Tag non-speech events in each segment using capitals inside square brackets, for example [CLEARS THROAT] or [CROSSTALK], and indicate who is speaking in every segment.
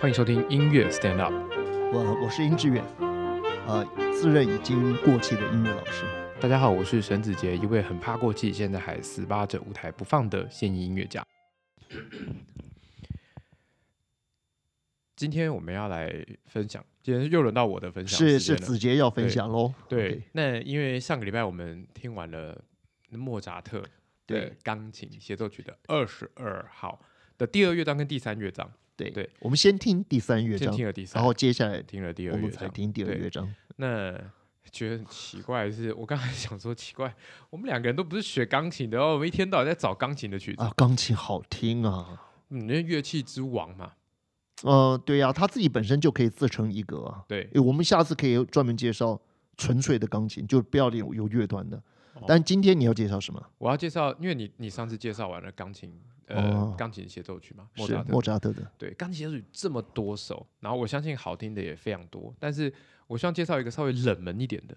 Speaker 1: 欢迎收听音乐 Stand Up。
Speaker 2: 我我是殷志远，呃，自认已经过气的音乐老师。
Speaker 1: 大家好，我是沈子杰，一位很怕过气，现在还死扒着舞台不放的现役音乐家。今天我们要来分享，今天又轮到我的分享时
Speaker 2: 是是
Speaker 1: 间了
Speaker 2: 子杰要分享喽。
Speaker 1: 对
Speaker 2: OK，
Speaker 1: 那因为上个礼拜我们听完了莫扎特的
Speaker 2: 对
Speaker 1: 钢琴协奏曲的二十二号的第二乐章跟第三乐章，
Speaker 2: 对
Speaker 1: 对
Speaker 2: 我们先听第三乐
Speaker 1: 先
Speaker 2: 章
Speaker 1: 听，了第三，
Speaker 2: 然后接下来
Speaker 1: 听了第
Speaker 2: 我
Speaker 1: 二乐
Speaker 2: 们才
Speaker 1: 章。
Speaker 2: 听第二
Speaker 1: 对
Speaker 2: 乐章。
Speaker 1: 那觉得很奇怪的是，我刚才想说奇怪，我们两个人都不是学钢琴的哦，我们一天到晚在找钢琴的曲子，
Speaker 2: 啊，钢琴好听啊。
Speaker 1: 嗯，那乐器之王嘛，
Speaker 2: 呃，对呀、他自己本身就可以自成一格啊。
Speaker 1: 对，
Speaker 2: 诶我们下次可以专门介绍纯粹的钢琴，就不要有有乐团的
Speaker 1: 哦。
Speaker 2: 但今天你要介绍什么？
Speaker 1: 我要介绍，因为你你上次介绍完了钢琴，呃
Speaker 2: 哦，
Speaker 1: 钢琴协奏曲嘛，莫
Speaker 2: 是
Speaker 1: 扎特
Speaker 2: 莫扎特的。
Speaker 1: 对，钢琴协奏曲这么多首，然后我相信好听的也非常多，但是我希望介绍一个稍微冷门一点的。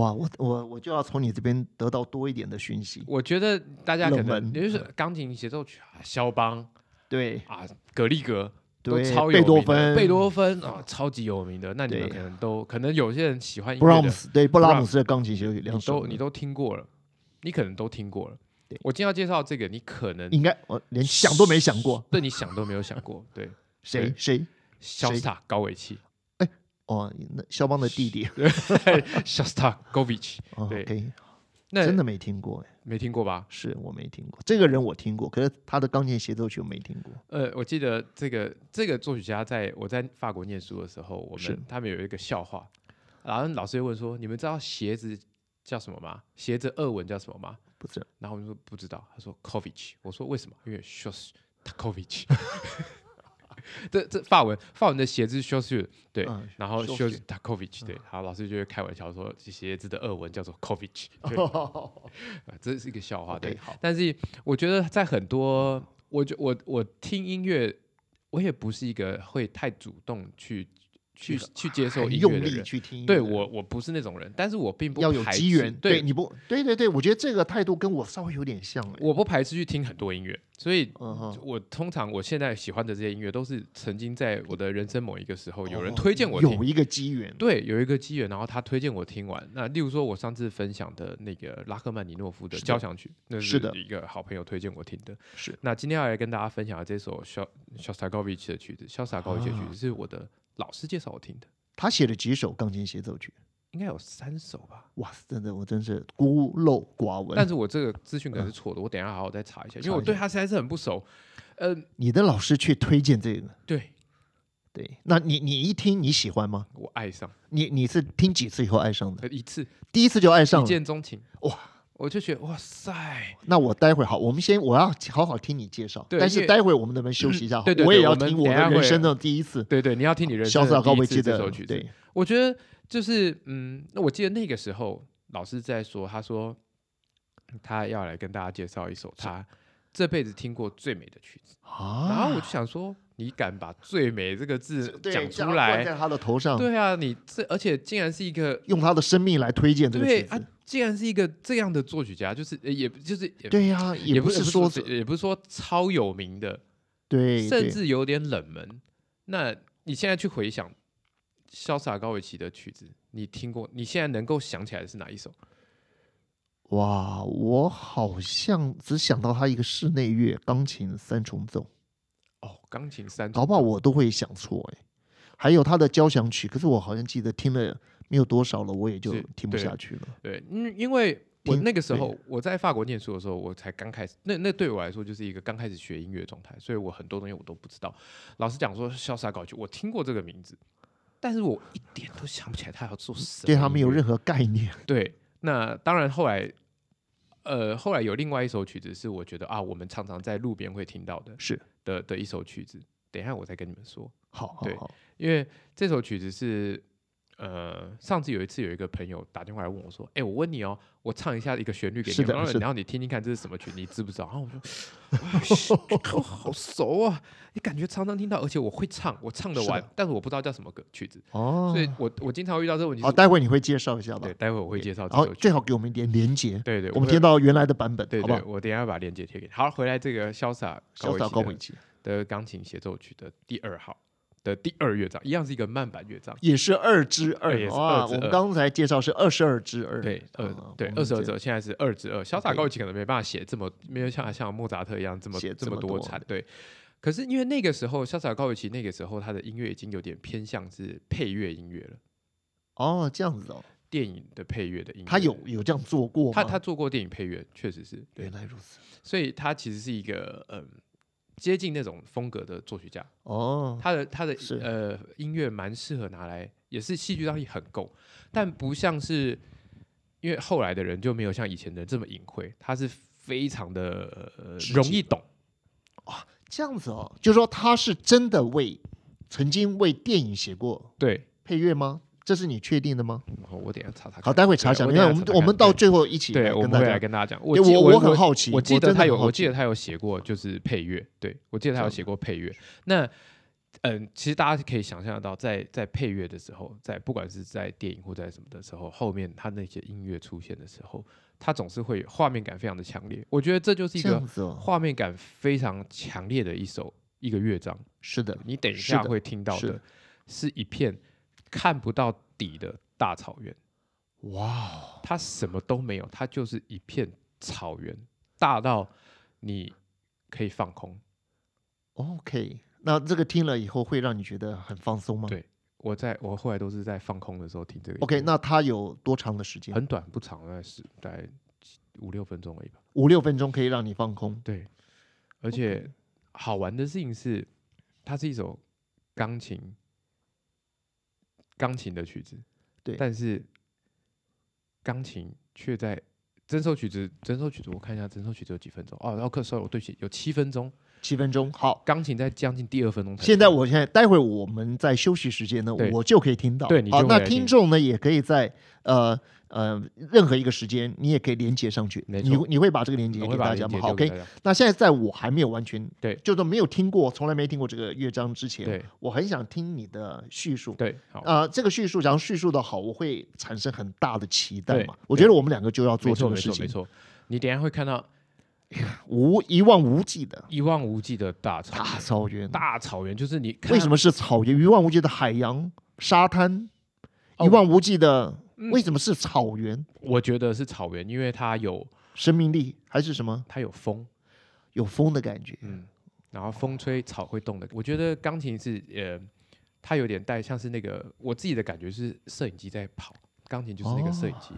Speaker 2: 哇，我我我就要从你这边得到多一点的讯息。
Speaker 1: 我觉得大家可
Speaker 2: 冷
Speaker 1: 能
Speaker 2: 门
Speaker 1: 也就是钢琴协奏曲啊，肖邦
Speaker 2: 对
Speaker 1: 啊，格力格都
Speaker 2: 对，
Speaker 1: 超有
Speaker 2: 贝多
Speaker 1: 名的
Speaker 2: 芬、
Speaker 1: 贝多芬啊，超级有名的。那你们
Speaker 2: 对
Speaker 1: 可能都可能有些人喜欢音
Speaker 2: 布拉
Speaker 1: 乐
Speaker 2: 姆
Speaker 1: 的，
Speaker 2: 斯对布
Speaker 1: 布
Speaker 2: 拉
Speaker 1: 拉
Speaker 2: 姆
Speaker 1: 姆
Speaker 2: 斯的钢琴协奏曲两
Speaker 1: 你
Speaker 2: 首
Speaker 1: 都
Speaker 2: 呢，
Speaker 1: 你都听过了，你可能都听过了
Speaker 2: 对。
Speaker 1: 我今天要介绍这个，你可能
Speaker 2: 应该我连想都没想过，
Speaker 1: [LAUGHS] 对你想都没有想
Speaker 2: [LAUGHS]
Speaker 1: 过，对，
Speaker 2: 谁谁
Speaker 1: 肖斯塔高维奇，
Speaker 2: 哦，那肖邦的弟弟
Speaker 1: 肖斯塔高维
Speaker 2: [LAUGHS]
Speaker 1: 奇，
Speaker 2: 哦
Speaker 1: 对
Speaker 2: ，OK，
Speaker 1: 那
Speaker 2: 真的没听过哎，
Speaker 1: 没听过吧？
Speaker 2: 是我没听过这个人我听过，可是他的钢琴协奏曲我没听过，
Speaker 1: 呃，我记得这个这个作曲家在我在法国念书的时候，我
Speaker 2: 是
Speaker 1: 们他们有一个笑话，然后老师就问说：“你们知道鞋子叫什么吗？鞋子俄文叫什么吗
Speaker 2: 不是？”
Speaker 1: 然后我们说不知道，他说 Kovic，我说为什么？因为 Shos Kovic，这这法文法文的鞋子 Shos，对，
Speaker 2: 嗯
Speaker 1: 然后
Speaker 2: Shos-
Speaker 1: Shos Takovic，对，
Speaker 2: 嗯
Speaker 1: 好，老师就会开玩笑说鞋子的俄文叫做 Kovic，对，啊 [LAUGHS] 这是一个笑话，对
Speaker 2: 哦 OK，。好，
Speaker 1: 但是我觉得在很多，我就我我听音乐，我也不是一个会太主动去去去接受
Speaker 2: 很
Speaker 1: 音
Speaker 2: 用
Speaker 1: 乐的
Speaker 2: 力
Speaker 1: 人。
Speaker 2: 去听音乐的
Speaker 1: 对
Speaker 2: 人，
Speaker 1: 我，我不是那种人，但是我并不
Speaker 2: 要有
Speaker 1: 排
Speaker 2: 机
Speaker 1: 斥
Speaker 2: 缘，
Speaker 1: 对
Speaker 2: 你不，对对对，我觉得这个态度跟我稍微有点像哎，
Speaker 1: 我不排斥去听很多音乐，所以
Speaker 2: 嗯哼，
Speaker 1: 我通常我现在喜欢的这些音乐，都是曾经在我的人生某一个时候，有人
Speaker 2: 哦
Speaker 1: 推荐我听。
Speaker 2: 有一个机缘，
Speaker 1: 对，有一个机缘，然后他推荐我听完。那例如说，我上次分享的那个拉赫曼尼诺夫的
Speaker 2: 是的
Speaker 1: 交响曲，那
Speaker 2: 是的
Speaker 1: 一个好朋友推荐我听的。
Speaker 2: 是
Speaker 1: 那今天要来跟大家分享的这首肖肖斯塔高维奇的曲子，肖斯塔高维奇的曲
Speaker 2: 啊
Speaker 1: 子是我的老师介绍我听的，
Speaker 2: 他写了几首钢琴协奏曲，
Speaker 1: 应该有三首吧。
Speaker 2: 哇，真的我真是孤陋寡闻
Speaker 1: 但。是我这个资讯可能是错的，我等一下好好再查一下，因为我
Speaker 2: 嗯查一
Speaker 1: 对
Speaker 2: 下
Speaker 1: 他实在是很不熟。呃，
Speaker 2: 你的老师却推荐这个，
Speaker 1: 对
Speaker 2: 对，那你你一听你喜欢吗？
Speaker 1: 我爱上
Speaker 2: 你你是听几次以后爱上的？
Speaker 1: 呃一次
Speaker 2: 第一次就爱上
Speaker 1: 一
Speaker 2: 了？
Speaker 1: 见钟情，
Speaker 2: 嗯哇！
Speaker 1: 我就觉得哇塞，
Speaker 2: 那我待会儿好，我们先我要好好听你介绍，
Speaker 1: 对
Speaker 2: 但
Speaker 1: 因
Speaker 2: 是
Speaker 1: 为嗯
Speaker 2: 待会儿我们能不能休息一下？
Speaker 1: 对对对
Speaker 2: 我也要
Speaker 1: 我们
Speaker 2: 听
Speaker 1: 等
Speaker 2: 我
Speaker 1: 一下
Speaker 2: 的
Speaker 1: 会
Speaker 2: 人生的第一次
Speaker 1: 对对，你要听你人生
Speaker 2: 潇洒
Speaker 1: 的
Speaker 2: 高
Speaker 1: 第一
Speaker 2: 维
Speaker 1: 次
Speaker 2: 基
Speaker 1: 这
Speaker 2: 的
Speaker 1: 首曲子，
Speaker 2: 对，
Speaker 1: 我觉得就是嗯，那我记得那个时候老师在说，他说他要来跟大家介绍一首他这辈子听过最美的曲子。然后我就，
Speaker 2: 啊
Speaker 1: 想说，你敢把“最美”这个字
Speaker 2: 对
Speaker 1: 讲
Speaker 2: 这样嗯
Speaker 1: 出
Speaker 2: 灌
Speaker 1: 来？
Speaker 2: 在他的头上，
Speaker 1: 对啊，你这而且竟然是一个
Speaker 2: 用他的生命来推荐这个
Speaker 1: 对
Speaker 2: 曲
Speaker 1: 啊
Speaker 2: 子，，
Speaker 1: 竟然是一个这样的作曲家，就是呃也就是也
Speaker 2: 对呀，
Speaker 1: 也
Speaker 2: 也不
Speaker 1: 是
Speaker 2: 是说
Speaker 1: 是也不是说超有名的，
Speaker 2: 对，
Speaker 1: 甚
Speaker 2: 对
Speaker 1: 至有点冷门。那你现在去回想潇洒高维奇的曲子，你听过？你现在能够想起来的是哪一首？
Speaker 2: 哇，我好像只想到他一个室内乐钢琴三重奏。
Speaker 1: 哦，钢琴三重
Speaker 2: 搞不好我都会想错哎、还有他的交响曲，可是我好像记得听了没有多少了，我也就是听不
Speaker 1: 对
Speaker 2: 下去了。
Speaker 1: 对，嗯因因为我
Speaker 2: 听
Speaker 1: 那个时
Speaker 2: 对
Speaker 1: 候我在法国念书的时候，我才刚开始，那那对我来说就是一个刚开始学音乐的状态，所以我很多东西我都不知道。老师讲说潇洒搞曲，我听过这个名字，但是我一点都想不起来他要做什么音乐，
Speaker 2: 对他没有任何概念。
Speaker 1: 对，那当然后来，呃，后来有另外一首曲子是我觉得啊，我们常常在路边会听到的 [LAUGHS]
Speaker 2: 是，
Speaker 1: 的的一首曲子。等一下我再跟你们说，
Speaker 2: 好好
Speaker 1: 对
Speaker 2: 好，
Speaker 1: 因为这首曲子是。呃，上次有一次有一个朋友打电话来问我说：“哎、我问你哦，我唱一下一个旋律给你
Speaker 2: 是，的
Speaker 1: 然后
Speaker 2: 是的
Speaker 1: 然后你听听看这是什么曲，你知不知道？”然
Speaker 2: [LAUGHS]
Speaker 1: 后我说哎：“我好熟啊，你感觉常常听到，而且我会唱，我唱得
Speaker 2: 是的
Speaker 1: 完，但是我不知道叫什么歌曲子，
Speaker 2: 哦
Speaker 1: 所，以我我经常会遇到这个问题。
Speaker 2: 好，”待会你会介绍一下吧
Speaker 1: 对，。待会我会介绍这
Speaker 2: 然后
Speaker 1: 首曲。
Speaker 2: 最好给我们一点连接，
Speaker 1: 对对，
Speaker 2: 我们
Speaker 1: 会
Speaker 2: 听到原来的版本，
Speaker 1: 对
Speaker 2: 好不
Speaker 1: 对，
Speaker 2: 好？
Speaker 1: 我等一下把链接贴给你。好，回来这个潇洒
Speaker 2: 潇洒高
Speaker 1: 维
Speaker 2: 维
Speaker 1: 奇
Speaker 2: 奇，
Speaker 1: 的的钢琴协奏曲的第二号，的第二乐章，一样是一个慢板乐章。
Speaker 2: 也是二之二
Speaker 1: 也是
Speaker 2: 哇！
Speaker 1: 二之
Speaker 2: 我们
Speaker 1: 二
Speaker 2: 刚才介绍是二十二之二，
Speaker 1: 对，二、
Speaker 2: 啊
Speaker 1: 对
Speaker 2: 我们
Speaker 1: 二十二
Speaker 2: 这
Speaker 1: 折，现在是二至二。潇洒
Speaker 2: OK
Speaker 1: 高级可能没办法写这么，没有像像莫扎特一样这么
Speaker 2: 写这
Speaker 1: 么
Speaker 2: 么
Speaker 1: 多
Speaker 2: 多
Speaker 1: 产。对，可是因为那个时候，潇洒高级那个时候他的音乐已经有点偏向是配乐音乐了，
Speaker 2: 哦，这样子哦，
Speaker 1: 电影的配乐的音乐。
Speaker 2: 他有有这样做过
Speaker 1: 嗯他
Speaker 2: 吗
Speaker 1: 他做过电影配乐，确实是对
Speaker 2: 原，来如此
Speaker 1: 所以他其实是一个嗯接近那种风格的作曲家。
Speaker 2: 哦，
Speaker 1: 他的他的
Speaker 2: 是嗯
Speaker 1: 呃音乐蛮适合拿来，也是戏剧张力很够，但不像是因为后来的人就没有像以前的这么隐晦，他是非常的、呃
Speaker 2: 直接
Speaker 1: 容易懂。
Speaker 2: 这样子哦，就是说他是真的为曾经为电影写过
Speaker 1: 对，
Speaker 2: 配乐吗？这是你确定的吗？
Speaker 1: 然后我等一下查查看。
Speaker 2: 好，待会查一下，
Speaker 1: 对
Speaker 2: 因为我
Speaker 1: 等
Speaker 2: 们
Speaker 1: 一下查查看
Speaker 2: 我们到最后一起
Speaker 1: 对，
Speaker 2: 来
Speaker 1: 我
Speaker 2: 跟
Speaker 1: 们
Speaker 2: 大
Speaker 1: 会
Speaker 2: 家
Speaker 1: 来。跟大家讲。
Speaker 2: 因
Speaker 1: 记
Speaker 2: 为
Speaker 1: 我
Speaker 2: 我很好奇，
Speaker 1: 我记
Speaker 2: 真
Speaker 1: 得
Speaker 2: 的
Speaker 1: 他
Speaker 2: 很
Speaker 1: 有，
Speaker 2: 好
Speaker 1: 我记
Speaker 2: 奇
Speaker 1: 得他有写过，就是配乐。对，我记得他
Speaker 2: 这
Speaker 1: 有
Speaker 2: 样
Speaker 1: 写过配乐。那嗯，其实大家可以想象得到，在在配乐的时候，在不管是在电影或在什么的时候，后面他那些音乐出现的时候，他总是会有画面感非常的强烈。我觉得这就是一
Speaker 2: 这
Speaker 1: 个
Speaker 2: 样子哦，
Speaker 1: 画面感非常强烈的一首一个乐章。
Speaker 2: 是的，
Speaker 1: 你等一
Speaker 2: 是
Speaker 1: 下
Speaker 2: 的
Speaker 1: 会听到
Speaker 2: 是
Speaker 1: 的
Speaker 2: 的
Speaker 1: 是一片看不到底的大草原。
Speaker 2: 哇哦，
Speaker 1: 它什么都没有，它就是一片草原，大到你可以放空。
Speaker 2: OK，那这个听了以后会让你觉得很放松吗？
Speaker 1: 对我在我后来都是在放空的时候听这个音乐。
Speaker 2: ，OK，那它有多长的时间？
Speaker 1: 很短不长，大概是大概五六分钟而已吧。
Speaker 2: 五六分钟可以让你放空。
Speaker 1: 对，而且好玩的事情是，它是一首钢琴钢琴的曲子，
Speaker 2: 对
Speaker 1: 但是钢琴却在。整首曲子，整首曲子，我看一下，整首曲子有几分钟？哦，然后克 sorry，我对不起，有七分钟。
Speaker 2: 七分钟，好。
Speaker 1: 钢琴在将近第二分钟才出来。
Speaker 2: 现在我现在待会儿我们在休息时间呢
Speaker 1: 对，
Speaker 2: 我就可以听到。
Speaker 1: 对你
Speaker 2: 好，
Speaker 1: 就会
Speaker 2: 那
Speaker 1: 来
Speaker 2: 听
Speaker 1: 听
Speaker 2: 众呢也可以在呃呃任何一个时间，你也可以连接上去。
Speaker 1: 没
Speaker 2: 你
Speaker 1: 错
Speaker 2: 你会把这个连接
Speaker 1: 我
Speaker 2: 给
Speaker 1: 会把
Speaker 2: 大
Speaker 1: 链
Speaker 2: 家
Speaker 1: 接
Speaker 2: 吗？
Speaker 1: 丢
Speaker 2: 好
Speaker 1: 给
Speaker 2: ，OK
Speaker 1: 大。家
Speaker 2: 那现在在我还没有完全
Speaker 1: 对
Speaker 2: 就都没有听过，从来没听过这个乐章之前，
Speaker 1: 对
Speaker 2: 我很想听你的叙述。
Speaker 1: 对，好，
Speaker 2: 啊、这个叙述，然后叙述的好，我会产生很大的期待
Speaker 1: 对
Speaker 2: 嘛。我觉得我们两个就要
Speaker 1: 没
Speaker 2: 做这
Speaker 1: 错
Speaker 2: 个
Speaker 1: 没
Speaker 2: 事
Speaker 1: 错没
Speaker 2: 情，
Speaker 1: 错，你等一下会看到
Speaker 2: 无一望无际的
Speaker 1: 一望无际的大草
Speaker 2: 大
Speaker 1: 原
Speaker 2: 草原。
Speaker 1: 大草原，就是你看
Speaker 2: 为什么是草原？一望无际的海洋、沙滩，
Speaker 1: 哦
Speaker 2: 一望无际的，
Speaker 1: 嗯
Speaker 2: 为什么是草原？
Speaker 1: 我觉得是草原，因为它有
Speaker 2: 生命力还是什么？
Speaker 1: 它有风，
Speaker 2: 有风的感觉。
Speaker 1: 嗯，然后
Speaker 2: 哦
Speaker 1: 风吹草会动的。我觉得钢琴是呃，它有点带像是那个我自己的感觉是摄影机在跑，钢琴就是那个摄影机。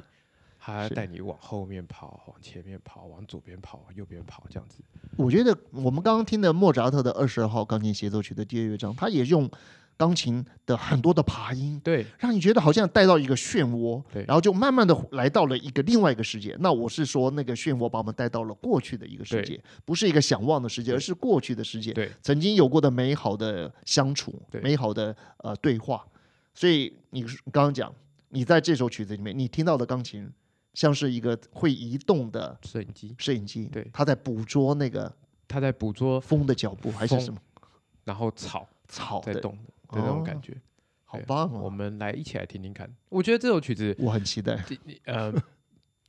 Speaker 1: 它
Speaker 2: 哦是
Speaker 1: 带你往后面跑，往前面跑，往左边跑，往右边跑，这样子。
Speaker 2: 我觉得我们刚刚听的莫扎特的二十二号钢琴协奏曲的第二乐章，他也用钢琴的很多的爬音，
Speaker 1: 对，
Speaker 2: 让你觉得好像带到一个漩涡，
Speaker 1: 对
Speaker 2: 然后就慢慢的来到了一个另外一个世界。那我是说，那个漩涡把我们带到了过去的一个世
Speaker 1: 对
Speaker 2: 界，不是一个想望的世界，
Speaker 1: 对
Speaker 2: 而是过去的世界，
Speaker 1: 对
Speaker 2: 曾经有过的美好的相处，
Speaker 1: 对
Speaker 2: 美好的呃对话。所以你是刚刚讲，你在这首曲子里面，你听到的钢琴像是一个会移动的
Speaker 1: 摄影机，
Speaker 2: 摄影机，
Speaker 1: 对
Speaker 2: 它在捕捉那个
Speaker 1: 它在捕捉，
Speaker 2: 风的脚步还是
Speaker 1: 风
Speaker 2: 什么
Speaker 1: 然后草
Speaker 2: 草
Speaker 1: 在
Speaker 2: 的，
Speaker 1: 动的的那种
Speaker 2: 哦
Speaker 1: 感觉。
Speaker 2: 好
Speaker 1: 对
Speaker 2: 棒
Speaker 1: 我
Speaker 2: 哦！
Speaker 1: 们来一起来听听看。我觉得这首曲子，
Speaker 2: 我很期待，
Speaker 1: 这你呃，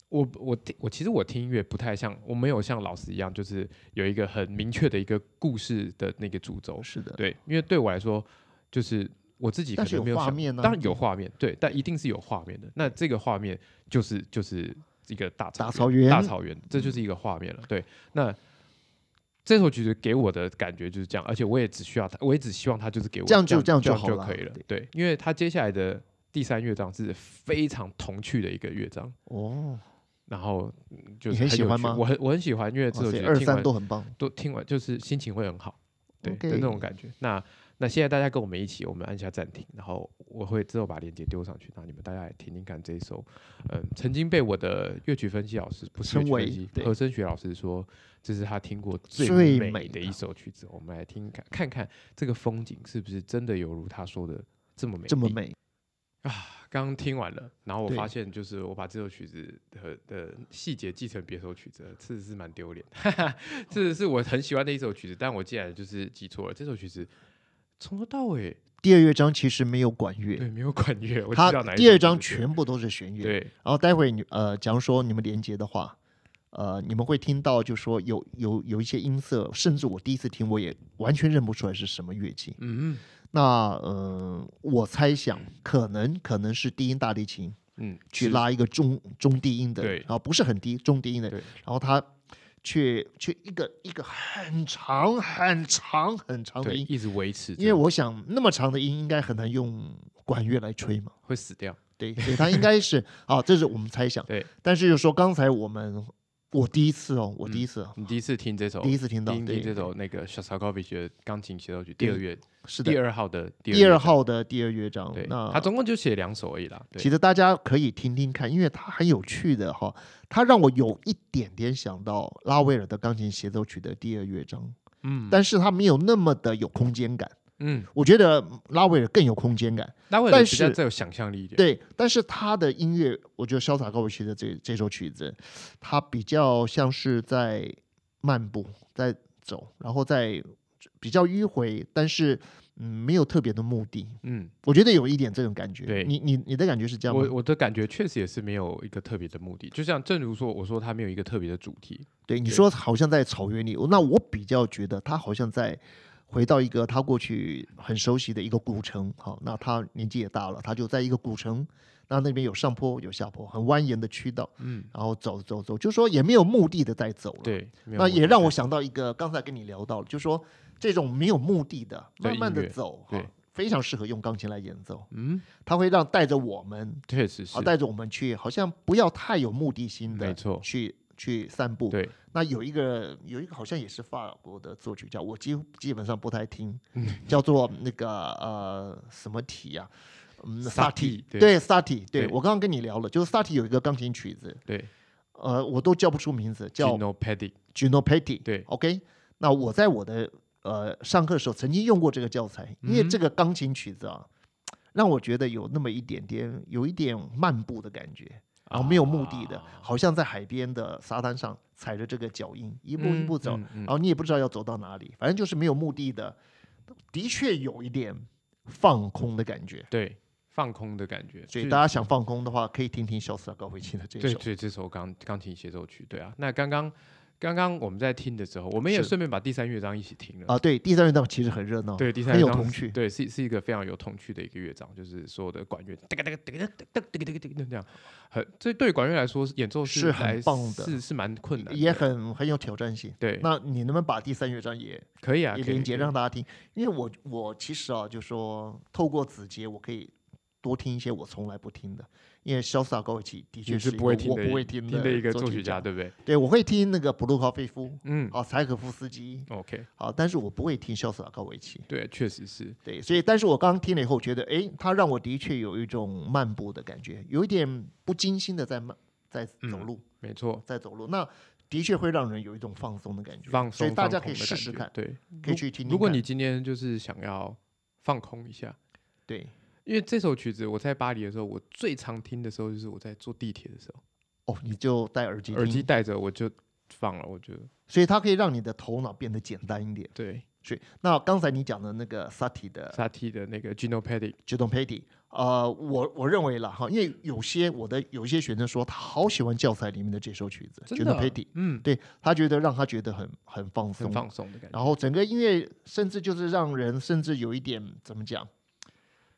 Speaker 1: 我我听我其实我听音乐不太像，我没有像老师一样，就是有一个很明确的一个故事的那个主轴。
Speaker 2: 是的，
Speaker 1: 对，因为对我来说，就是我自己可
Speaker 2: 但是
Speaker 1: 能没
Speaker 2: 有
Speaker 1: 有
Speaker 2: 画
Speaker 1: 想，
Speaker 2: 面呢啊
Speaker 1: 当然有画面，对，但一定是有画面的。那这个画面就是就是一个大
Speaker 2: 大
Speaker 1: 草
Speaker 2: 草原，嗯
Speaker 1: 大草原，这就是一个画面了。对，那。这首曲子给我的感觉就是这样，而且我也只需要它，我也只希望它就是给我
Speaker 2: 这样就
Speaker 1: 这样
Speaker 2: 这样就好
Speaker 1: 就
Speaker 2: 了
Speaker 1: 可以了。对，因为它接下来的第三乐章是非常童趣的一个乐章，
Speaker 2: 哦，
Speaker 1: 然后嗯就是
Speaker 2: 你很
Speaker 1: 有
Speaker 2: 喜欢
Speaker 1: 趣
Speaker 2: 吗
Speaker 1: 我很我很喜欢，因为这首
Speaker 2: 所
Speaker 1: 曲
Speaker 2: 以
Speaker 1: 子
Speaker 2: 二
Speaker 1: 听
Speaker 2: 三
Speaker 1: 完
Speaker 2: 都很棒。
Speaker 1: 都听完就是心情会很好，对
Speaker 2: OK
Speaker 1: 的那种感觉。那那现在大家跟我们一起，我们按下暂停，然后我会之后把链接丢上去，那你们大家来听听看这一首，嗯，曾经被我的乐曲分析老师不是
Speaker 2: 称
Speaker 1: 乐曲
Speaker 2: 为
Speaker 1: 分析
Speaker 2: 对
Speaker 1: 和声学老师说，这是他听过最
Speaker 2: 最美
Speaker 1: 美的一
Speaker 2: 的
Speaker 1: 首曲子。我们来听看看看这个风景是不是真的有如他说的这么美
Speaker 2: 这么
Speaker 1: 丽
Speaker 2: 美，
Speaker 1: 刚刚听完了，然后我
Speaker 2: 对
Speaker 1: 发现，就是我把这首曲子的的细节记成别首曲子了，确实是蛮丢脸。 [LAUGHS] 这是我很喜欢的一首曲子，但我竟然就是记错了。这首曲子从头到尾
Speaker 2: 第二乐章其实没有管乐，
Speaker 1: 对没有管乐，我知道
Speaker 2: 它
Speaker 1: 哪一
Speaker 2: 第二
Speaker 1: 首
Speaker 2: 章
Speaker 1: 曲子
Speaker 2: 全部都是弦乐。
Speaker 1: 对
Speaker 2: 然后待会你呃，假如说你们连接的话，呃，你们会听到就说有有有一些音色，甚至我第一次听我也完全认不出来是什么乐器。
Speaker 1: 嗯
Speaker 2: 那呃，我猜想可能可能是低音大提琴
Speaker 1: 嗯，
Speaker 2: 去
Speaker 1: 是，
Speaker 2: 拉一个中中低音的，
Speaker 1: 对
Speaker 2: 然后不是很低，中低音的，
Speaker 1: 对
Speaker 2: 然后它却却一个一个很长很长很长的
Speaker 1: 对，
Speaker 2: 音，
Speaker 1: 一直维持着，
Speaker 2: 因为我想那么长的音应该很难用管乐来吹嘛。
Speaker 1: 会死掉。
Speaker 2: 对，所以它应该是啊，这是我们猜想。
Speaker 1: 对，
Speaker 2: 但是就说刚才我们，我第一次哦，
Speaker 1: 嗯
Speaker 2: 我第一次哦，
Speaker 1: 你第一次听这首，
Speaker 2: 第一次听到，
Speaker 1: 听
Speaker 2: 对，
Speaker 1: 听这首那个 Shostakovich 的钢琴协奏曲第二乐，
Speaker 2: 是
Speaker 1: 第
Speaker 2: 的，
Speaker 1: 二号的第
Speaker 2: 第
Speaker 1: 二
Speaker 2: 二
Speaker 1: 乐章，
Speaker 2: 号的第二乐章
Speaker 1: 对，。
Speaker 2: 那
Speaker 1: 他总共就写两首而已啦。
Speaker 2: 其
Speaker 1: 对，
Speaker 2: 实大家可以听听看，因为它很有趣的哈，它让我有一点点想到拉威尔的钢琴协奏曲的第二乐章，
Speaker 1: 嗯
Speaker 2: 但是它没有那么的有空间感。
Speaker 1: 嗯，
Speaker 2: 我觉得拉威尔更有空间感，
Speaker 1: 那为
Speaker 2: 但
Speaker 1: 了比较
Speaker 2: 是
Speaker 1: 再有想象力一点，
Speaker 2: 对，但是他的音乐，我觉得潇洒高维奇的这这首曲子，它比较像是在漫步，在走，然后在比较迂回，但是嗯，没有特别的目的。
Speaker 1: 嗯，
Speaker 2: 我觉得有一点这种感觉。
Speaker 1: 对
Speaker 2: 你你你的感觉是这样
Speaker 1: 我
Speaker 2: 吗？
Speaker 1: 我的感觉确实也是没有一个特别的目的，就像正如说我说他没有一个特别的主题，
Speaker 2: 对，你
Speaker 1: 对
Speaker 2: 说好像在草原里，那我比较觉得他好像在。回到一个他过去很熟悉的一个古城，好，那他年纪也大了，他就在一个古城，那那边有上坡有下坡，很蜿蜒的渠道，
Speaker 1: 嗯，
Speaker 2: 然后走走走，就说也没有目的的在走了。，
Speaker 1: 对，没有
Speaker 2: 那
Speaker 1: 目
Speaker 2: 也
Speaker 1: 的
Speaker 2: 让我
Speaker 1: 对
Speaker 2: 想到一个，刚才跟你聊到了，就说这种没有目的的，
Speaker 1: 对
Speaker 2: 慢慢
Speaker 1: 音
Speaker 2: 的
Speaker 1: 乐
Speaker 2: 走，
Speaker 1: 对
Speaker 2: 哈，非常适合用钢琴来演奏，
Speaker 1: 嗯，
Speaker 2: 它会让带着我们，
Speaker 1: 确实是
Speaker 2: 啊，，带着我们去，好嗯像不要太有目的性的，
Speaker 1: 没错
Speaker 2: 去去散步。
Speaker 1: 对，
Speaker 2: 那有一个有一个好像也是法国的作曲家，我几乎基本上不太听，
Speaker 1: 嗯
Speaker 2: 叫做那个呃什么体呀、嗯，
Speaker 1: 萨
Speaker 2: 萨
Speaker 1: 提
Speaker 2: 提，
Speaker 1: 对
Speaker 2: 对萨提，对
Speaker 1: 对
Speaker 2: 我刚刚跟你聊了，就是萨提有一个钢琴曲子，
Speaker 1: 对
Speaker 2: 呃，我都叫不出名字，叫
Speaker 1: Gino Pedi，
Speaker 2: Gino Petti。
Speaker 1: 对
Speaker 2: ，OK，那我在我的呃上课的时候曾经用过这个教材，因为
Speaker 1: 嗯
Speaker 2: 这个钢琴曲子啊，让我觉得有那么一点点，有一点漫步的感觉，然后没有目的的，
Speaker 1: 啊
Speaker 2: 好像在海边的沙滩上踩着这个脚印，一步一
Speaker 1: 嗯
Speaker 2: 步走，
Speaker 1: 嗯嗯
Speaker 2: 然后你也不知道要走到哪里，反正就是没有目的的，的确有一点放空的感觉。
Speaker 1: 对，放空的感觉，
Speaker 2: 所以
Speaker 1: 就
Speaker 2: 大家想放空的话，可以听听肖斯塔高维奇的这
Speaker 1: 对
Speaker 2: 首。
Speaker 1: 对，这首钢钢琴协奏曲，对啊。那刚刚刚刚我们在听的时候，我们也
Speaker 2: 是
Speaker 1: 顺便把第三乐章一起听了。
Speaker 2: 啊，对，第三乐章其实很热闹，
Speaker 1: 对，第三
Speaker 2: 很有
Speaker 1: 乐章
Speaker 2: 童
Speaker 1: 是
Speaker 2: 趣。
Speaker 1: 对，是是一个非常有童趣的一个乐章，就是所有的管乐，哒哒哒哒哒哒哒哒哒这样，很这对管乐来说演奏
Speaker 2: 是很
Speaker 1: 来
Speaker 2: 棒的
Speaker 1: 是是蛮困难的，
Speaker 2: 也很很有挑战性。
Speaker 1: 对，
Speaker 2: 那你能不能把第三乐章也
Speaker 1: 可以啊，
Speaker 2: 也
Speaker 1: 可以
Speaker 2: 连接
Speaker 1: 可以
Speaker 2: 让大家听？因为我我其实啊，就说透过子杰，我可以多听一些我从来不听的，因为潇洒高维奇的确
Speaker 1: 你是
Speaker 2: 一
Speaker 1: 不会
Speaker 2: 个
Speaker 1: 听
Speaker 2: 我
Speaker 1: 的
Speaker 2: 不会听
Speaker 1: 听的一个
Speaker 2: 作
Speaker 1: 作
Speaker 2: 曲
Speaker 1: 曲家，对不对？
Speaker 2: 对，我会听那个布鲁考菲夫，
Speaker 1: 嗯
Speaker 2: 啊，柴可夫斯基，
Speaker 1: ，OK，
Speaker 2: 啊，但是我不会听潇洒高维奇。
Speaker 1: 对，确实是，
Speaker 2: 对，所以但是我刚刚听了以后，觉得诶，他让我的确有一种漫步的感觉，有一点不经心的在漫在走
Speaker 1: 嗯
Speaker 2: 路。
Speaker 1: 没错，
Speaker 2: 在走路，那的确会让人有一种放松的感觉。
Speaker 1: 放
Speaker 2: 所以
Speaker 1: 松，
Speaker 2: 大
Speaker 1: 放
Speaker 2: 家
Speaker 1: 空
Speaker 2: 可以
Speaker 1: 的
Speaker 2: 试
Speaker 1: 感觉
Speaker 2: 试看，
Speaker 1: 对，
Speaker 2: 可以去听听看。
Speaker 1: 如果你今天就是想要放空一下，
Speaker 2: 对
Speaker 1: 因为这首曲子我在巴黎的时候，我最常听的时候就是我在坐地铁的时候，
Speaker 2: 哦，你就戴耳机
Speaker 1: 耳机
Speaker 2: 听，
Speaker 1: 戴着我就放了，我觉得
Speaker 2: 所以它可以让你的头脑变得简单一点。
Speaker 1: 对。
Speaker 2: 所以那刚才你讲的那个萨提的
Speaker 1: 萨提的那个 Gino Pedi，
Speaker 2: 举动 Patty，呃，我我认为了哈，因为有些我的有些学生说他好喜欢教材里面的这首曲子，举
Speaker 1: 真
Speaker 2: 动
Speaker 1: 的
Speaker 2: Patty，
Speaker 1: 嗯，
Speaker 2: 对他觉得让他觉得很很放
Speaker 1: 很
Speaker 2: 松，
Speaker 1: 放松的感觉。
Speaker 2: 然后整个音乐甚至就是让人甚至有一点怎么讲，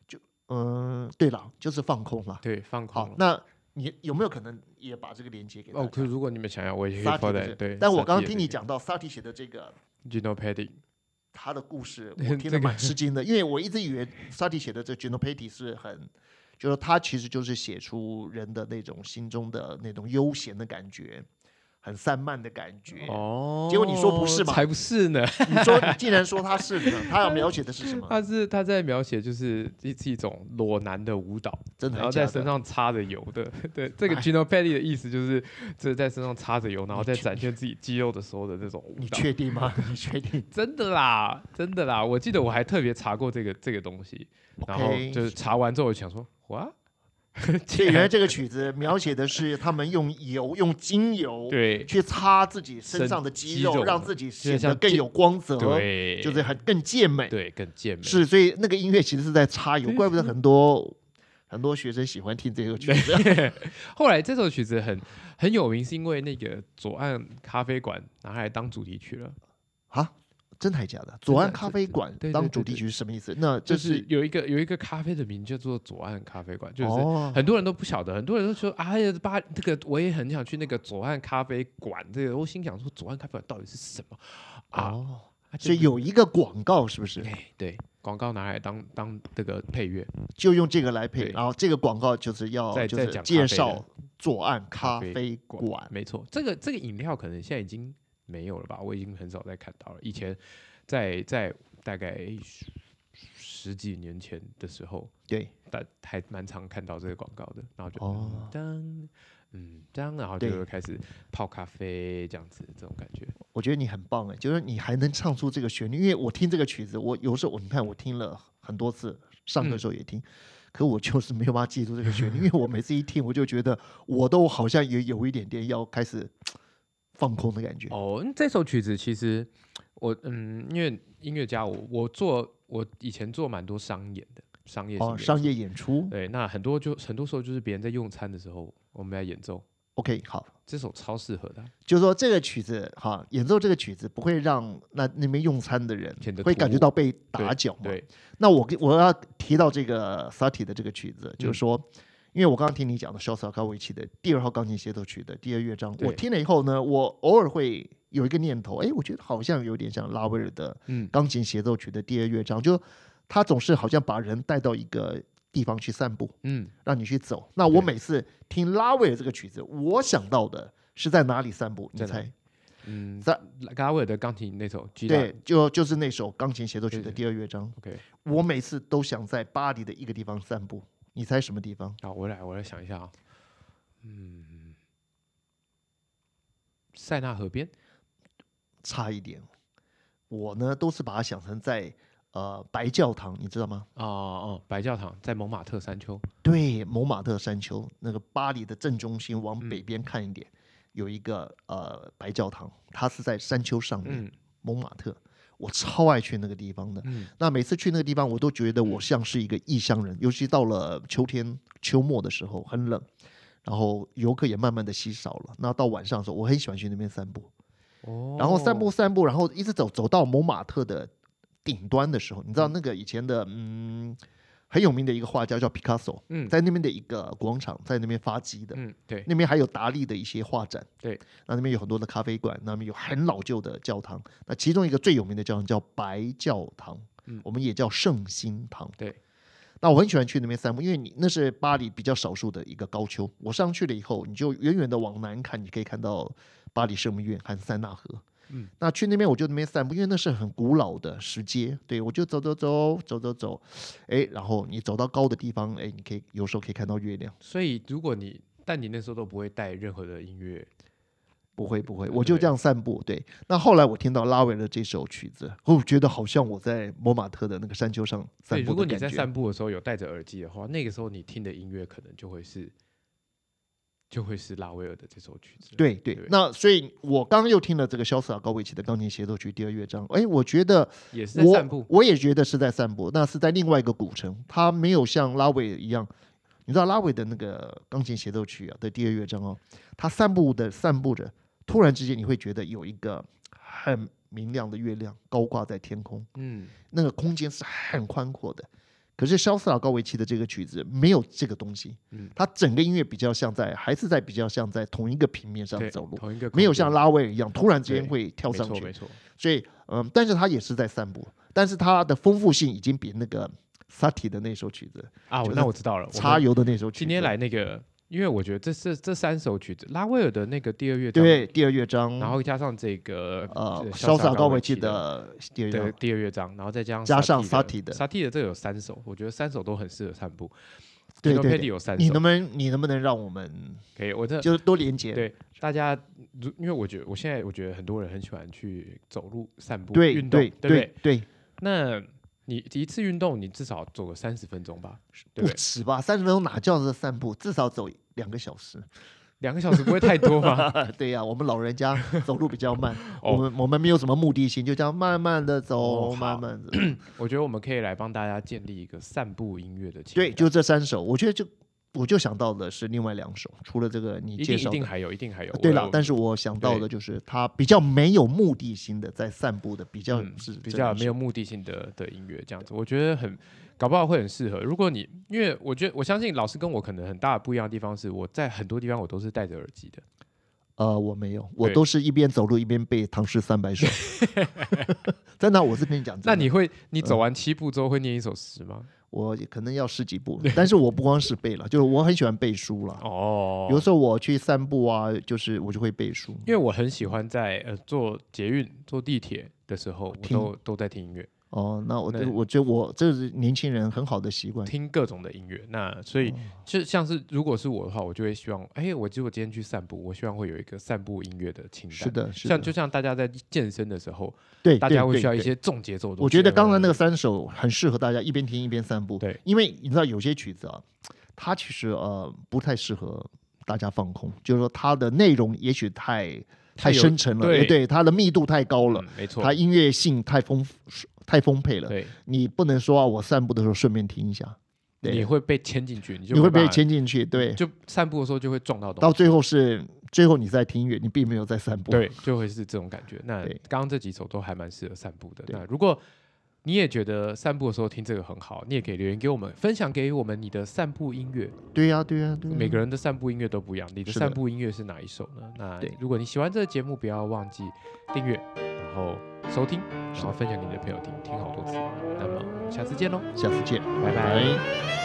Speaker 2: 就嗯、对了，就是放空了。
Speaker 1: 对，放空
Speaker 2: 好
Speaker 1: 了，。
Speaker 2: 那你有没有可能也把这个连接给大
Speaker 1: 哦，
Speaker 2: 家？
Speaker 1: 可是如果你们想要，我也可
Speaker 2: 萨
Speaker 1: 以
Speaker 2: 提
Speaker 1: 放
Speaker 2: 的
Speaker 1: 在
Speaker 2: 这，
Speaker 1: 对。
Speaker 2: 但我
Speaker 1: 萨提
Speaker 2: 刚刚
Speaker 1: 也是
Speaker 2: 听你讲到萨提写的这个
Speaker 1: Gino Pedi，
Speaker 2: 他的
Speaker 1: [LAUGHS]
Speaker 2: 故事，
Speaker 1: 这
Speaker 2: 我听得
Speaker 1: 个
Speaker 2: 蛮吃惊的，因为我一直以为萨提写的这 g e n o p a t y 是很，就是他其实就是写出人的那种心中的那种悠闲的感觉，很散漫的感觉。
Speaker 1: 哦，
Speaker 2: 嗯结果你说不是嘛
Speaker 1: 才不是呢，
Speaker 2: 你说你竟然说他是呢？他要描写的是什
Speaker 1: [LAUGHS]
Speaker 2: 么？
Speaker 1: 他是他在描写就是一是一种裸男的舞蹈，
Speaker 2: 真的
Speaker 1: 然
Speaker 2: 还
Speaker 1: 后
Speaker 2: 假
Speaker 1: 在
Speaker 2: 的
Speaker 1: 身上擦着油的。 [LAUGHS] 对，这个
Speaker 2: 哎
Speaker 1: Gino Pedi 的意思就是，就是在身上擦着油，然后
Speaker 2: 你
Speaker 1: 在
Speaker 2: 确
Speaker 1: 展现自己肌肉的时候的那种舞
Speaker 2: 你
Speaker 1: 蹈。
Speaker 2: 确定吗？ [LAUGHS] 你
Speaker 1: [LAUGHS]
Speaker 2: 确定
Speaker 1: 真的啦，真的啦，我记得我还特别查过这个这个东西，然后
Speaker 2: ？OK，
Speaker 1: 就是查完之后我想说，哇，
Speaker 2: 所以原 [LAUGHS] 来这个曲子描写的是他们用油，用精油，
Speaker 1: 对
Speaker 2: 去擦自己身
Speaker 1: 身
Speaker 2: 上的肌
Speaker 1: 肌
Speaker 2: 肉，
Speaker 1: 肉
Speaker 2: 让自己显得
Speaker 1: 像
Speaker 2: 更
Speaker 1: 健
Speaker 2: 有光泽，
Speaker 1: 对，
Speaker 2: 哦就是很更健美。
Speaker 1: 对更健美，
Speaker 2: 是，所以那个音乐其实是在擦油，怪不得很多很多学生喜欢听这首曲子。
Speaker 1: [LAUGHS] 后来这首曲子很很有名，是因为那个左岸咖啡馆拿来当主题曲了，
Speaker 2: [LAUGHS] 啊，真还假的？左岸咖啡馆
Speaker 1: 对对
Speaker 2: 当
Speaker 1: 对
Speaker 2: 主
Speaker 1: 对
Speaker 2: 题曲是什么意思？那
Speaker 1: 就
Speaker 2: 这
Speaker 1: 是有一个有一个咖啡的名叫做左岸咖啡馆，就是
Speaker 2: 哦，
Speaker 1: 很多人都不晓得，很多人都说啊，呀巴这个我也很想去那个左岸咖啡馆。这个我心想说，左岸咖啡馆到底是什么啊？
Speaker 2: 哦，
Speaker 1: 啊
Speaker 2: 所以
Speaker 1: 就
Speaker 2: 有一个广告是不是？
Speaker 1: 哎对广告拿来当当这个配乐，
Speaker 2: 就用这个来配，
Speaker 1: 对
Speaker 2: 然后这个广告就是要
Speaker 1: 在
Speaker 2: 就
Speaker 1: 在
Speaker 2: 是
Speaker 1: 讲咖
Speaker 2: 介
Speaker 1: 啡的
Speaker 2: 绍左岸
Speaker 1: 咖
Speaker 2: 咖啡馆。
Speaker 1: 没错，这个这个饮料可能现在已经没有了吧，我已经很少再看到了。以前在在大概十十几年前的时候，
Speaker 2: 对，
Speaker 1: 但还蛮常看到这个广告的，然后就、
Speaker 2: 哦
Speaker 1: 嗯当嗯当，然后就
Speaker 2: 对
Speaker 1: 会开始泡咖啡这样子，这种感觉。
Speaker 2: 我觉得你很棒哎，就是你还能唱出这个旋律，因为我听这个曲子，我有时候我你看我听了很多次，上课
Speaker 1: 嗯
Speaker 2: 的时候也听，可我就是没有办法记住这个旋律，因为我每次一听，我就
Speaker 1: [LAUGHS]
Speaker 2: 觉得我都好像也有一点点要开始放空的感觉。
Speaker 1: 哦，嗯这首曲子其实我嗯，因为音乐家我我做我以前做蛮多商演的商业性
Speaker 2: 哦，
Speaker 1: 演
Speaker 2: 商
Speaker 1: 出
Speaker 2: 业演出
Speaker 1: 对，那很多就很多时候就是别人在用餐的时候，我们来演奏
Speaker 2: ，OK，好，
Speaker 1: 这首超适合的啊，
Speaker 2: 就是说这个曲子哈，演奏这个曲子不会让那那边用餐的人
Speaker 1: 显得
Speaker 2: 会
Speaker 1: 突
Speaker 2: 感觉
Speaker 1: 兀
Speaker 2: 到被打搅嘛。
Speaker 1: 对，
Speaker 2: 那我跟我要提到这个萨提的这个曲子，
Speaker 1: 嗯
Speaker 2: 就是说，因为我刚刚听你讲的肖斯塔科维奇的第二号钢琴协奏曲的第二乐章，我
Speaker 1: 对
Speaker 2: 听了以后呢，我偶尔会有一个念头，哎，我觉得好像有点像拉威尔的
Speaker 1: 嗯
Speaker 2: 钢琴协奏曲的第二乐章，就他总是好像把人带到一个地方去散步，
Speaker 1: 嗯，
Speaker 2: 让你去走。那我
Speaker 1: 对
Speaker 2: 每次听拉威尔这个曲子，我想到的是在哪里散步？你
Speaker 1: 在哪
Speaker 2: 猜
Speaker 1: 里？嗯
Speaker 2: 在，
Speaker 1: 拉威尔的钢琴那首 G 大
Speaker 2: 对，就就是那首钢琴协奏曲的
Speaker 1: 对对
Speaker 2: 第二乐章。
Speaker 1: ，OK，
Speaker 2: 我每次都想在巴黎的一个地方散步，你猜什么地方？
Speaker 1: 好，我来我来想一下啊，嗯，塞纳河边
Speaker 2: 差一点。我呢，都是把它想成在呃白教堂，你知道吗？
Speaker 1: 哦哦，白教堂在蒙马特山丘，
Speaker 2: 对，蒙马特山丘那个巴黎的正中心，往北边看一点，有一个呃白教堂，它是在山丘上面。
Speaker 1: 嗯
Speaker 2: 蒙马特，我超爱去那个地方的。
Speaker 1: 嗯
Speaker 2: 那每次去那个地方，我都觉得我像是一个异乡人，尤其到了秋天、秋末的时候，很冷，然后游客也慢慢的稀少了。那到晚上的时候，我很喜欢去那边散步，
Speaker 1: 哦，
Speaker 2: 然后散步散步，然后一直走走到蒙马特的顶端的时候，你知道那个以前的嗯很有名的一个画家叫皮卡索，
Speaker 1: 嗯
Speaker 2: 在那边的一个广场，在那边发迹的。
Speaker 1: 嗯对
Speaker 2: 那边还有达利的一些画展，
Speaker 1: 对，
Speaker 2: 那那边有很多的咖啡馆，那边有很老旧的教堂，那其中一个最有名的教堂叫白教堂，
Speaker 1: 嗯
Speaker 2: 我们也叫圣心堂，
Speaker 1: 对。
Speaker 2: 那我很喜欢去那边散步，因为你那是巴黎比较少数的一个高丘。我上去了以后，你就远远的往南看，你可以看到巴黎圣母院和塞纳河。
Speaker 1: 嗯，
Speaker 2: 那去那边我就那边散步，因为那是很古老的石阶。对，我就走走走走走走，哎，然后你走到高的地方，哎，你可以有时候可以看到月亮。
Speaker 1: 所以如果你，但你那时候都不会带任何的音乐，
Speaker 2: 不会不会，
Speaker 1: 对
Speaker 2: 我
Speaker 1: 不
Speaker 2: 就
Speaker 1: 对
Speaker 2: 这样散步。对，那后来我听到拉维尔的这首曲子，我觉得好像我在摩马特的那个山丘上
Speaker 1: 对，
Speaker 2: 散步
Speaker 1: 如果
Speaker 2: 的
Speaker 1: 你
Speaker 2: 感
Speaker 1: 在
Speaker 2: 觉。
Speaker 1: 散步的时候有戴着耳机的话，那个时候你听的音乐可能就会是，就会是拉威尔的这首曲子。，
Speaker 2: 对对
Speaker 1: 对，
Speaker 2: 那所以，我刚刚又听了这个肖斯塔高维奇的钢琴协奏曲第二乐章，哎，我觉得
Speaker 1: 也是在散
Speaker 2: 我
Speaker 1: 步。
Speaker 2: 我也觉得是在散步，那是在另外一个古城，它没有像拉维尔一样，你知道拉维尔的那个钢琴协奏曲啊的第二乐章哦，他散步的散步着，突然之间你会觉得有一个很明亮的月亮高挂在天空，
Speaker 1: 嗯，
Speaker 2: 那个空间是很宽阔的。可是肖斯塔高维奇的这个曲子没有这个东西，
Speaker 1: 嗯
Speaker 2: 它整个音乐比较像在还是在比较像在同一个平面上
Speaker 1: 对，
Speaker 2: 走路，
Speaker 1: 同一个
Speaker 2: 没有
Speaker 1: 空间
Speaker 2: 像拉威尔一样突然之间
Speaker 1: 对
Speaker 2: 会跳上
Speaker 1: 没
Speaker 2: 去
Speaker 1: 错，没。错。
Speaker 2: 所以，嗯，但是他也是在散步，但是他的丰富性已经比那个萨提的那首曲子
Speaker 1: 啊，
Speaker 2: 就
Speaker 1: 我
Speaker 2: 是
Speaker 1: 那我知道了。
Speaker 2: 《
Speaker 1: 我
Speaker 2: 插
Speaker 1: 们
Speaker 2: 油》的那首曲子，
Speaker 1: 今天来那个，因为我觉得这是这三首曲子，拉威尔的那个第二乐章，
Speaker 2: 对第二乐章，
Speaker 1: 然后加上这个
Speaker 2: 呃，
Speaker 1: 潇
Speaker 2: 潇
Speaker 1: 洒
Speaker 2: 洒高
Speaker 1: 维
Speaker 2: 维契
Speaker 1: 的
Speaker 2: 的第二
Speaker 1: 的
Speaker 2: 乐章，
Speaker 1: 第二乐章，然后再加上
Speaker 2: 加上
Speaker 1: 萨蒂
Speaker 2: Satie 的
Speaker 1: 萨蒂的这个有三首，我觉得三首都很适合散步。
Speaker 2: 对
Speaker 1: Gino
Speaker 2: 对
Speaker 1: Pelli
Speaker 2: 对
Speaker 1: 有三
Speaker 2: 你
Speaker 1: 首
Speaker 2: 能，不能你能不能让我们
Speaker 1: 可以，我这
Speaker 2: 就是多连接？
Speaker 1: 呃对大家，如因为我觉得我现在我觉得很多人很喜欢去走路、散步、
Speaker 2: 对
Speaker 1: 运动，
Speaker 2: 对
Speaker 1: 对不对？
Speaker 2: 对，
Speaker 1: 那你一次运动，你至少走个三十分钟吧，对
Speaker 2: 不
Speaker 1: 不对？ [LAUGHS]
Speaker 2: 止吧，三十分钟哪叫是散步？至少走两个小时。
Speaker 1: 两个小时不会太多
Speaker 2: [LAUGHS]
Speaker 1: 吧？
Speaker 2: 对呀、我们老
Speaker 1: [LAUGHS]
Speaker 2: 人家走路比较慢，
Speaker 1: 哎哦
Speaker 2: 我们我们没有什么目的性，就这样慢慢的走，
Speaker 1: 哦好 [CLEARS THROAT]
Speaker 2: 慢慢的。
Speaker 1: 我觉得我们可以来帮大家建立一个散步音乐的清
Speaker 2: 对，
Speaker 1: 单
Speaker 2: 就这三首，我觉得就我就想到的是另外两首，除了这个你
Speaker 1: 一定
Speaker 2: 介
Speaker 1: 一
Speaker 2: 绍
Speaker 1: 定
Speaker 2: 的。
Speaker 1: 还有，一定还有。
Speaker 2: 对
Speaker 1: 我
Speaker 2: 了，但是我想到的就是他比较没有目的性的在散步的，比较
Speaker 1: 嗯
Speaker 2: 是、
Speaker 1: 比较没有，目的性的的音乐这样子，我觉得很搞不好会很适合。如果你因为我觉得我相信老师跟我可能很大的不一样的地方是，我在很多地方我都是戴着耳机的。
Speaker 2: 呃，我没有，我
Speaker 1: 对
Speaker 2: 都是一边走路一边背《唐诗三百
Speaker 1: [LAUGHS]
Speaker 2: 首》。真的，啊我是跟你讲真的，嗯
Speaker 1: 那你会你走完七步之后会念一首诗吗？
Speaker 2: 我可能要十几步，但是我不光是背了，就是我很喜欢背书了。
Speaker 1: 哦，
Speaker 2: 有时候我去散步啊，就是我就会背书。
Speaker 1: 因为我很喜欢在呃坐捷运、坐地铁的时候，我
Speaker 2: 听
Speaker 1: 都都在听音乐，
Speaker 2: 哦，那我
Speaker 1: 对
Speaker 2: 这我觉得我这是年轻人很好的习惯。
Speaker 1: 听各种的音乐。那所
Speaker 2: 哦
Speaker 1: 以就像是如果是我的话，我就会希望，哎，我如果今天去散步，我希望会有一个散步音乐的清单。
Speaker 2: 是，的，是的，
Speaker 1: 像就像大家在健身的时候，
Speaker 2: 对，
Speaker 1: 大
Speaker 2: 对
Speaker 1: 家会
Speaker 2: 对
Speaker 1: 需要一
Speaker 2: 对
Speaker 1: 些重节奏的东西。
Speaker 2: 我觉得刚才那个三首很适合大家一边听一边散步。
Speaker 1: 对，
Speaker 2: 因为你知道有些曲子啊，它其实呃不太适合大家放空，就是说它的内容也许太
Speaker 1: 太
Speaker 2: 太
Speaker 1: 有
Speaker 2: 深沉了，
Speaker 1: 对
Speaker 2: 哎对，它的密度太高了，
Speaker 1: 嗯，没错，
Speaker 2: 它音乐性太丰富太丰沛了。
Speaker 1: 对，
Speaker 2: 你不能说啊，我散步的时候顺便听一下，对
Speaker 1: 你会被牵进去，你就
Speaker 2: 你会
Speaker 1: 没办
Speaker 2: 被
Speaker 1: 法，
Speaker 2: 牵进去。对，
Speaker 1: 就散步的时候就会撞到东
Speaker 2: 到
Speaker 1: 西。
Speaker 2: 最后是最后你在听音乐，你并没有在散步。
Speaker 1: 对，就会是这种感觉。那
Speaker 2: 对
Speaker 1: 刚刚这几首都还蛮适合散步的。
Speaker 2: 对
Speaker 1: 那如果你也觉得散步的时候听这个很好，你也可以留言给我们，分享给我们你的散步音乐。
Speaker 2: 对呀、对呀、对呀、
Speaker 1: 每个人的散步音乐都不一样，你的
Speaker 2: 嗯是的
Speaker 1: 散步音乐是哪一首呢？那
Speaker 2: 对
Speaker 1: 如果你喜欢这个节目，不要忘记订阅，然后收听，然
Speaker 2: 是
Speaker 1: 后
Speaker 2: 的
Speaker 1: 分享给你的朋友听，听好多次。那么我们下次见喽，
Speaker 2: 下次见，
Speaker 1: 拜拜
Speaker 2: 拜